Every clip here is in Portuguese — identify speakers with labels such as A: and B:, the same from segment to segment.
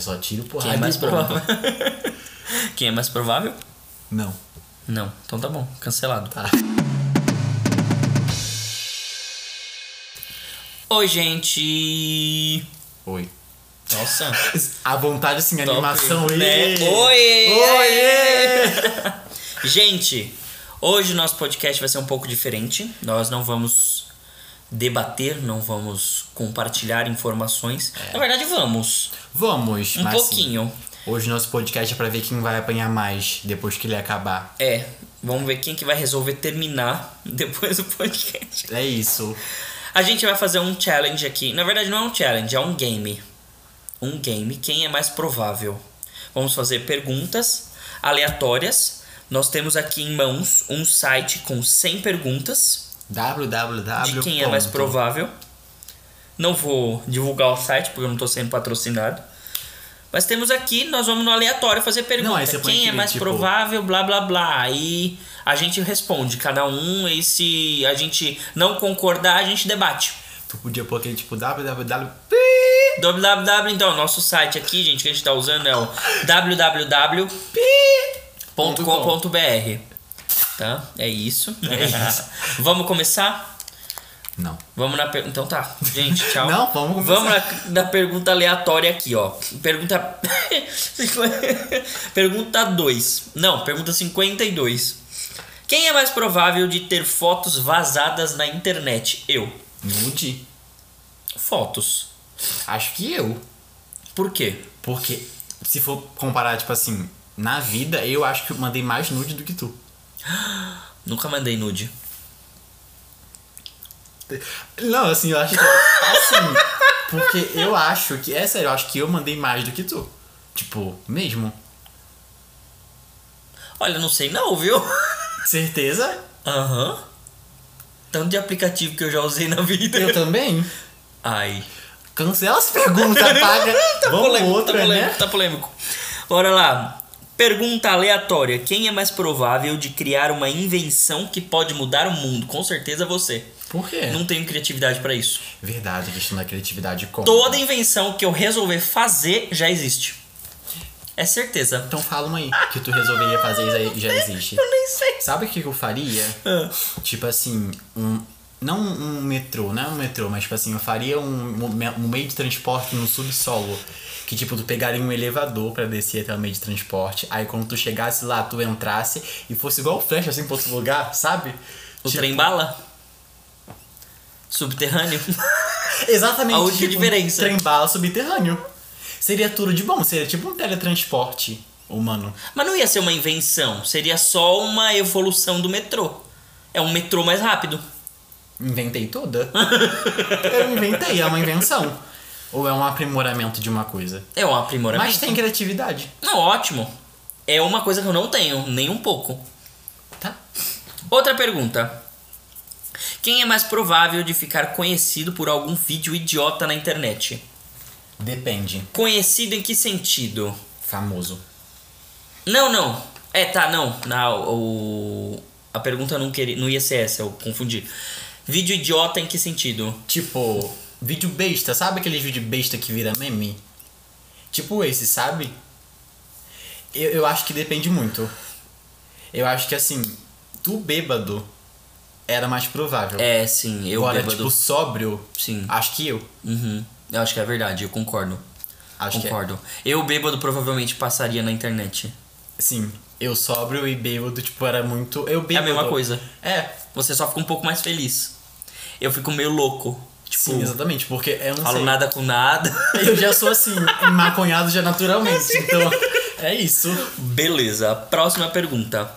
A: só tiro porrada.
B: Quem é mais
A: e bomba.
B: provável? Quem é mais provável?
A: Não.
B: Não. Então tá bom, cancelado.
A: Tá.
B: Oi, gente!
A: Oi.
B: Nossa!
A: A vontade, assim, a animação.
B: Top,
A: Ê!
B: né? Oi!
A: Oiê!
B: Gente, hoje o nosso podcast vai ser um pouco diferente. Nós não vamos debater, não vamos compartilhar informações. Na verdade, vamos.
A: Vamos,
B: Um
A: É. mas, assim,
B: pouquinho.
A: hoje nosso podcast é pra ver quem vai apanhar mais depois que ele acabar.
B: É, vamos ver quem que vai resolver terminar depois do podcast.
A: É isso.
B: A gente vai fazer um challenge aqui. Na verdade, não é um challenge, é um game. Um game, quem é mais provável? Vamos fazer perguntas aleatórias. Nós temos aqui em mãos um site com 100 perguntas.
A: www.
B: de quem é mais provável. Não vou divulgar o site porque eu não tô sendo patrocinado. Mas temos aqui, nós vamos no aleatório fazer pergunta.
A: Não, aí você põe
B: quem é
A: aquele,
B: mais
A: tipo-
B: provável, blá blá blá. Aí a gente responde, cada um, e se a gente não concordar, a gente debate.
A: Tu podia pôr aquele tipo www.
B: www, então, nosso site aqui, gente, que a gente tá usando é o www.com.br. Tá? É isso. vamos começar?
A: Não.
B: Vamos na per... Então tá, gente, tchau.
A: Não, vamos começar.
B: Vamos na, na pergunta aleatória aqui, ó. Pergunta. pergunta 2. Não, pergunta 52. Quem é mais provável de ter fotos vazadas na internet? Eu.
A: Nude.
B: Fotos.
A: Acho que eu.
B: Por quê?
A: Porque se for comparar, tipo assim, na vida, eu acho que eu mandei mais nude do que tu.
B: Nunca mandei nude.
A: Não, assim, eu acho que. Assim. porque eu acho que. É sério, eu acho que eu mandei mais do que tu. Tipo, mesmo.
B: Olha, não sei não, viu?
A: Certeza?
B: Aham. Tanto de aplicativo que eu já usei na vida.
A: Eu também.
B: Ai.
A: Cancela as perguntas, apaga. tá Vamos
B: polêmico,
A: outra,
B: tá polêmico,
A: né?
B: tá polêmico. Bora lá. Pergunta aleatória. Quem é mais provável de criar uma invenção que pode mudar o mundo? Com certeza você.
A: Por quê?
B: Não tenho criatividade pra isso.
A: Verdade, a questão da criatividade conta.
B: Toda invenção que eu resolver fazer já existe. É certeza.
A: Então fala uma aí que tu resolveria fazer isso aí já existe.
B: Eu nem sei.
A: Sabe o que que eu faria?
B: Ah.
A: Tipo assim, um. Não um metrô, não é um metrô, mas tipo assim, eu faria um, um meio de transporte no subsolo. Que tipo, tu pegaria um elevador pra descer até o meio de transporte. Aí quando tu chegasse lá, tu entrasse e fosse igual o flash assim pra outro lugar, sabe?
B: O
A: Tipo,
B: trem bala? Subterrâneo?
A: Exatamente.
B: A única
A: tipo,
B: diferença.
A: Um trem bala subterrâneo. Seria tudo de bom, seria tipo um teletransporte humano.
B: Mas não ia ser uma invenção. Seria só uma evolução do metrô. É um metrô mais rápido.
A: Inventei toda? eu inventei, é uma invenção. Ou é um aprimoramento de uma coisa.
B: É um aprimoramento.
A: Mas tem criatividade,
B: Não, ótimo. É uma coisa que eu não tenho, nem um pouco.
A: tá?
B: Outra pergunta. Quem é mais provável de ficar conhecido por algum vídeo idiota na internet?
A: Depende.
B: Conhecido em que sentido?
A: Famoso.
B: Não, não. É, tá, não. Na, o, a pergunta não, queria, não ia ser essa, eu confundi. Vídeo idiota em que sentido?
A: Tipo, vídeo besta, sabe aquele vídeo besta que vira meme? Tipo esse, sabe? Eu, eu acho que depende muito. Eu acho que assim, tu bêbado era mais provável.
B: É, sim, eu
A: Agora,
B: bêbado.
A: tipo, sóbrio,
B: Sim.
A: acho que eu.
B: Uhum. Eu acho que é verdade, eu concordo.
A: Acho é.
B: concordo. Eu bêbado provavelmente passaria na internet.
A: que é. Sim. Eu sóbrio e bêbado, tipo, era muito. Eu
B: É a
A: bêbado.
B: mesma coisa.
A: É,
B: Você só fica um pouco mais feliz. Eu fico meio louco. Tipo,
A: sim, exatamente, porque eu não
B: falo
A: sei.
B: nada com nada.
A: Eu já sou assim, maconhado já naturalmente. Então, é isso.
B: Beleza, próxima pergunta.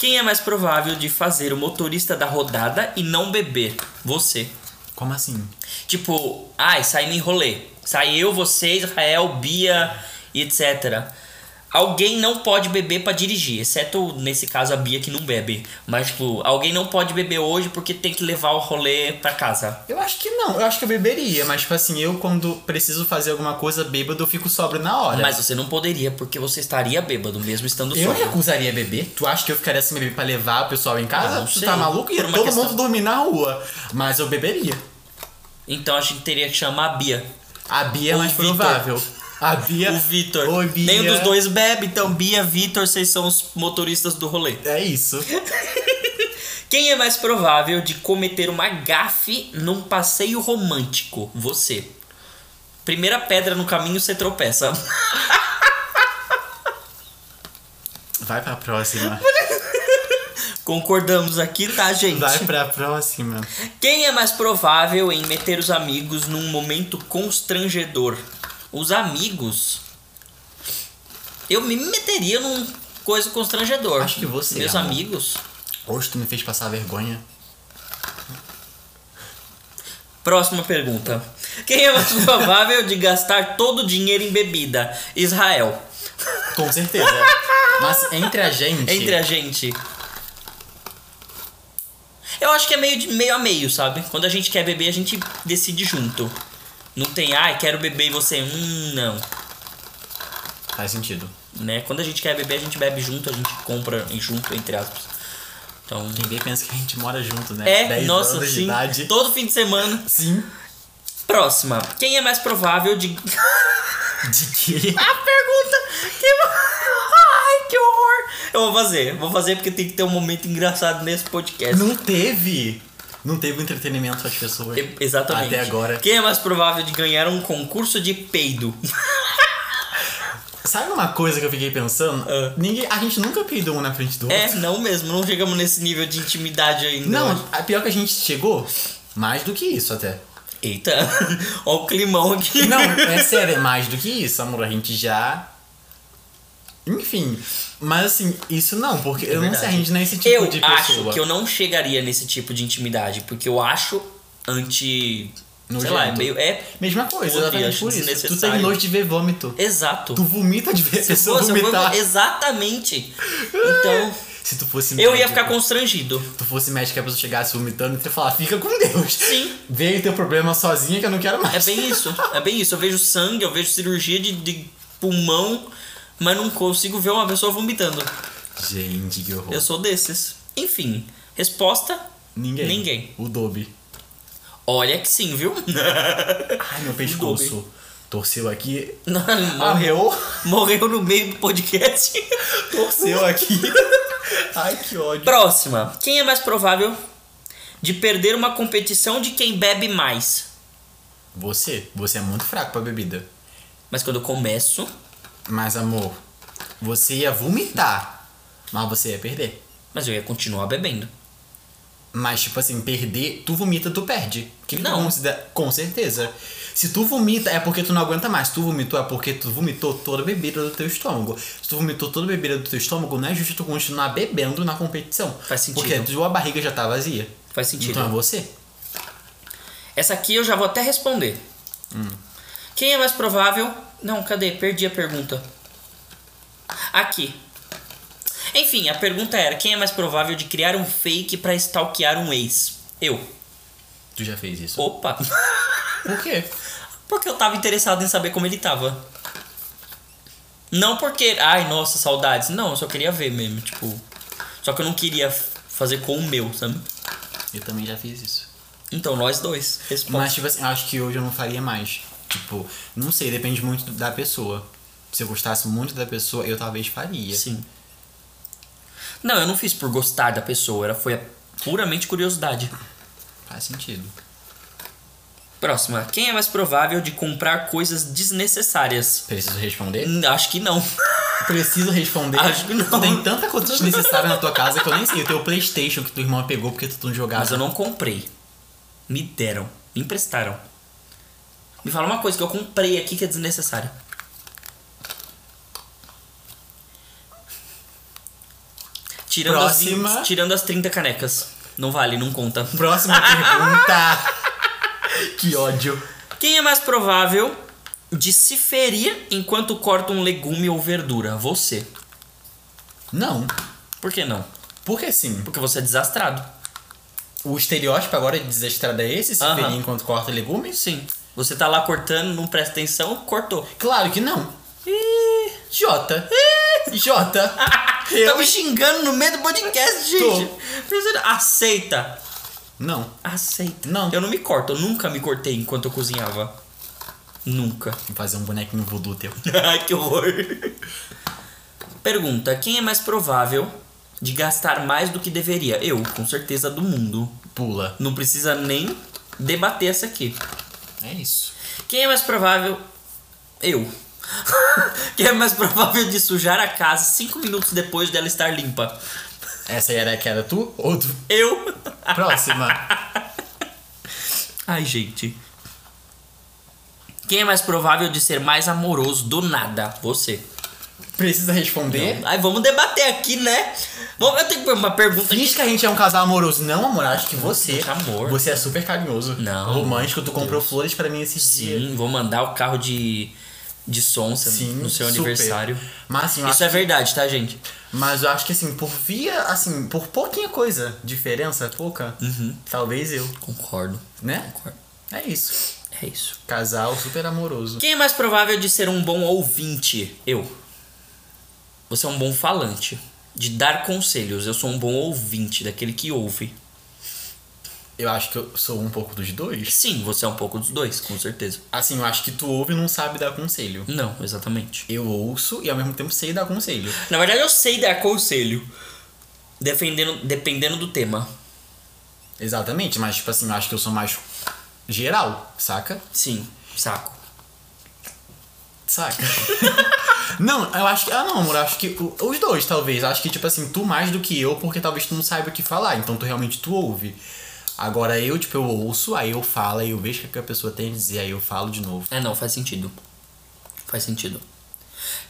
B: Quem é mais provável de fazer o motorista da rodada e não beber? Você.
A: Como assim?
B: Tipo, ai, sai me enrolê. Sai eu, você, Israel, Bia e etc. Alguém não pode beber pra dirigir, exceto nesse caso a Bia que não bebe. Mas, tipo, alguém não pode beber hoje porque tem que levar o rolê pra casa.
A: Eu acho que não, eu acho que eu beberia, mas tipo assim, eu quando preciso fazer alguma coisa bêbado, eu fico sóbrio na hora.
B: Mas você não poderia, porque você estaria bêbado mesmo estando
A: eu
B: sóbrio.
A: recusaria beber. Tu acha que eu ficaria sem beber pra levar o pessoal em casa?
B: Ah, não
A: tu
B: sei.
A: tá maluco? Ia
B: Por uma
A: todo
B: questão-
A: mundo dormir na rua. Mas eu beberia.
B: Então a gente teria que chamar a Bia.
A: A Bia é
B: Ou
A: mais
B: Vitor.
A: provável. A Bia.
B: O Vitor.
A: Oi, Bia.
B: Nenhum dos dois bebe, então Bia, Vitor, vocês são os motoristas do rolê.
A: É isso.
B: Quem é mais provável de cometer uma gafe num passeio romântico? Você. Primeira pedra no caminho, você tropeça.
A: Vai pra próxima.
B: Concordamos aqui, tá, gente?
A: Vai pra próxima.
B: Quem é mais provável em meter os amigos num momento constrangedor? Os amigos. Eu me meteria num coisa constrangedor.
A: Acho que você,
B: Meus
A: amor.
B: amigos.
A: Hoje tu me fez passar vergonha.
B: Próxima pergunta. Quem é mais provável de gastar todo o dinheiro em bebida? Israel.
A: Com certeza. Mas entre a gente.
B: Entre a gente. Eu acho que é meio, de- meio a meio, sabe? Quando a gente quer beber, a gente decide junto. Não tem, ai, quero beber e você, hum, não.
A: Faz sentido.
B: né? Quando a gente quer beber, a gente bebe junto, a gente compra e junto, entre aspas. Então.
A: Ninguém pensa que a gente mora junto, né?
B: É,
A: 10
B: nossa,
A: anos de
B: sim.
A: idade.
B: Todo fim de semana.
A: Sim.
B: Próxima. Quem é mais provável de.
A: De que?
B: A pergunta! Quem... Ai, que horror! Eu vou fazer, vou fazer porque tem que ter um momento engraçado nesse podcast.
A: Não teve. Não teve um entretenimento às pessoas.
B: E- Exatamente.
A: Até agora.
B: Quem é mais provável de ganhar um concurso de peido?
A: Sabe uma coisa que eu fiquei pensando?
B: Ah.
A: Ninguém, a gente nunca peidou um na frente do outro.
B: É, não mesmo, não chegamos nesse nível de intimidade ainda. né?
A: Não, a pior que a gente chegou, mais do que isso até.
B: Eita, olha o climão aqui.
A: Não, é sério, é mais do que isso, amor. A gente já. Enfim. Mas assim, isso não, porque eu não sei, a
B: verdade.
A: gente não é esse tipo
B: eu
A: de pessoa.
B: acho que eu não chegaria nesse tipo de intimidade, porque eu acho anti. sei
A: Nojento.
B: lá, é meio. É.
A: Mesma coisa,
B: Podre,
A: exatamente
B: acho
A: por isso. Tu tem
B: desnecessário.
A: nojo de ver vômito.
B: Exato.
A: Tu vomita de ver a
B: Se
A: pessoa
B: fosse, eu vou-
A: vomitar.
B: exatamente. Então,
A: Se tu fosse
B: eu ia
A: médico,
B: ficar constrangido.
A: Se tu fosse médico e a pessoa chegasse vomitando, tu ia falar, fica com Deus.
B: Sim.
A: Vê o teu problema sozinha que eu não quero mais.
B: É bem isso. É bem isso. Eu vejo sangue, eu vejo cirurgia de, de pulmão, mas não consigo ver uma pessoa vomitando.
A: Gente, que horror.
B: Eu sou desses. Enfim, resposta:
A: Ninguém.
B: Ninguém.
A: O Dobe.
B: olha que sim, viu?
A: Ai, meu pescoço. Torceu aqui.
B: Morreu. Morreu no meio do podcast.
A: Torceu aqui. Ai, que ódio.
B: Próxima. Quem é mais provável de perder uma competição de quem bebe mais?
A: Você, você é muito fraco pra bebida.
B: Mas quando eu começo,
A: Mas, amor, você ia vomitar. Mas você ia perder.
B: mas eu ia continuar bebendo.
A: Mas, tipo assim, perder, tu vomita, tu perde. Que que tu
B: Não.
A: considera- Com certeza. Se tu vomita, é porque tu não aguenta mais. Tu vomitou, é porque tu vomitou toda a bebida do teu estômago. Se tu vomitou toda a bebida do teu estômago, não é justo tu continuar bebendo na competição.
B: Faz sentido.
A: Porque a tua barriga já tá vazia.
B: Faz sentido.
A: Então é você.
B: Essa aqui eu já vou até responder. Quem é mais provável? Não, cadê? Perdi a pergunta. Aqui. Enfim, a pergunta era: quem é mais provável de criar um fake pra stalkear um ex? Eu.
A: Tu já fez isso.
B: Opa!
A: Por quê?
B: Porque eu tava interessado em saber como ele tava. Não porque, ai, nossa, saudades. Não, eu só queria ver mesmo, tipo. Só que eu não queria f- fazer com o meu, sabe?
A: Eu também já fiz isso.
B: Então, nós dois. Resposta.
A: Mas, tipo assim, eu acho que hoje eu não faria mais. Tipo, não sei, depende muito da pessoa. Se eu gostasse muito da pessoa, eu talvez faria.
B: Sim. Não, eu não fiz por gostar da pessoa, era foi puramente curiosidade.
A: Faz sentido.
B: Próxima. Quem é mais provável de comprar coisas desnecessárias?
A: Preciso responder?
B: Hum, Acho que não.
A: Preciso responder.
B: Acho que não.
A: Tu tem tanta coisa desnecessária na tua casa que eu nem sei. O teu Playstation que tua irmã pegou porque tu não jogava.
B: Mas eu não comprei. Me deram. Me emprestaram. Me fala uma coisa que eu comprei aqui que é desnecessário. Tirando, As,
A: Próxima.
B: 20 tirando as 30 canecas. Não vale, não conta.
A: Próxima pergunta. que ódio.
B: Quem é mais provável de se ferir enquanto corta um legume ou verdura? Você.
A: Não.
B: Por que não?
A: Porque assim,
B: Porque você é desastrado.
A: o estereótipo agora de desastrada é esse? Se
B: Aham.
A: ferir enquanto corta legumes?
B: Sim. Você tá lá cortando, não presta atenção, cortou.
A: Claro que não.
B: Ih,
A: Jota. Jota.
B: Tá me xingando no meio do podcast, gente. Pensando- Aceita.
A: Não.
B: Aceita.
A: Não.
B: Eu não me corto. Eu nunca me cortei enquanto eu cozinhava. Nunca.
A: Vou fazer um bonequinho voodoo teu.
B: Ai, que horror. Pergunta: quem é mais provável de gastar mais do que deveria? Eu, com certeza, do mundo.
A: Pula.
B: Não precisa nem debater essa aqui.
A: É isso.
B: Quem é mais provável? Eu. quem é mais provável de sujar a casa 5 minutos depois dela estar limpa?
A: Essa era que era tu ou tu?
B: Eu.
A: Próxima.
B: Ai, gente. Quem é mais provável de ser mais amoroso do nada? Você.
A: Precisa responder?
B: Aí vamos debater aqui, né? Vamos, eu tenho que pôr uma pergunta aqui.
A: Finge que a gente é um casal amoroso. Não, amor, acho que você.
B: Amor.
A: Você é super carinhoso.
B: Não.
A: Romântico, tu comprou flores pra mim esses dias.
B: Sim, vou mandar o carro de, de sonsa
A: Sim,
B: no seu
A: super.
B: aniversário.
A: Mas assim, eu
B: Isso
A: acho
B: é verdade, tá, gente?
A: Mas eu acho que assim, por via, assim, por pouquinha coisa, diferença pouca, talvez eu,
B: Uhum. Concordo.
A: né?
B: Concordo.
A: É isso.
B: É isso.
A: Casal super amoroso.
B: Quem é mais provável de ser um bom ouvinte? Eu. Você é um bom falante. De dar conselhos. Eu sou um bom ouvinte, daquele que ouve.
A: Eu acho que eu sou um pouco dos dois.
B: Sim, você é um pouco dos dois, com certeza.
A: Assim, eu acho que tu ouve e não sabe dar conselho.
B: Não, exatamente.
A: Eu ouço e ao mesmo tempo sei dar conselho.
B: Na verdade, eu sei dar conselho. Defendendo, dependendo do tema.
A: Exatamente, mas tipo assim, eu acho que eu sou mais geral, saca?
B: Sim, saco.
A: Saca? não, eu acho que. Ah, não, amor, eu acho que o- os dois, talvez. Acho que, tipo assim, tu mais do que eu, porque talvez tu não saiba o que falar. Então tu realmente tu ouve. Agora eu, tipo, eu ouço, aí eu falo, aí eu vejo o que a pessoa tem a dizer, aí eu falo de novo.
B: É, não, faz sentido. Faz sentido.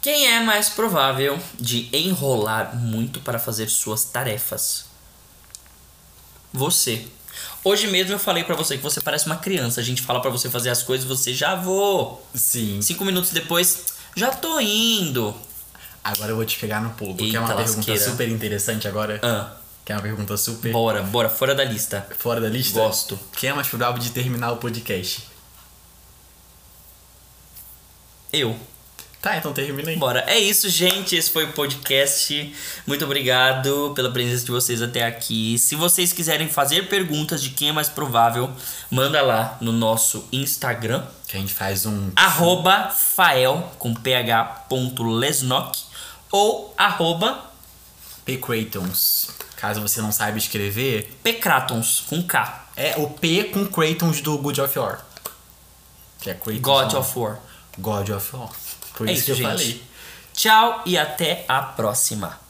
B: Quem é mais provável de enrolar muito para fazer suas tarefas? Você. Hoje mesmo eu falei pra você que você parece uma criança. A gente fala pra você fazer as coisas, você já vou.
A: Sim.
B: Cinco minutos depois, já tô indo.
A: Agora eu vou te pegar no pulo, que é
B: Eita,
A: uma pergunta
B: lasqueira.
A: super interessante agora.
B: Ah,
A: Que é uma pergunta super
B: bora, bora, fora da lista.
A: fora da lista.
B: Gosto.
A: Quem é mais provável de terminar o podcast?
B: Eu.
A: Tá, então termina aí.
B: Bora. É isso, gente. Esse foi o podcast. Muito obrigado pela presença de vocês até aqui. Se vocês quiserem fazer perguntas de quem é mais provável, manda lá no nosso Instagram,
A: Que a gente faz um.
B: Ah. arroba fael com ph ponto lesnock ou arroba
A: P. Craytons. Caso você não saiba escrever,
B: pecratons com K.
A: É o P com Kratos do God of War. Que é Kratos.
B: God
A: não.
B: of War.
A: God of War. Por
B: É
A: isso, que eu
B: isso, gente.
A: falei.
B: Tchau e até a próxima.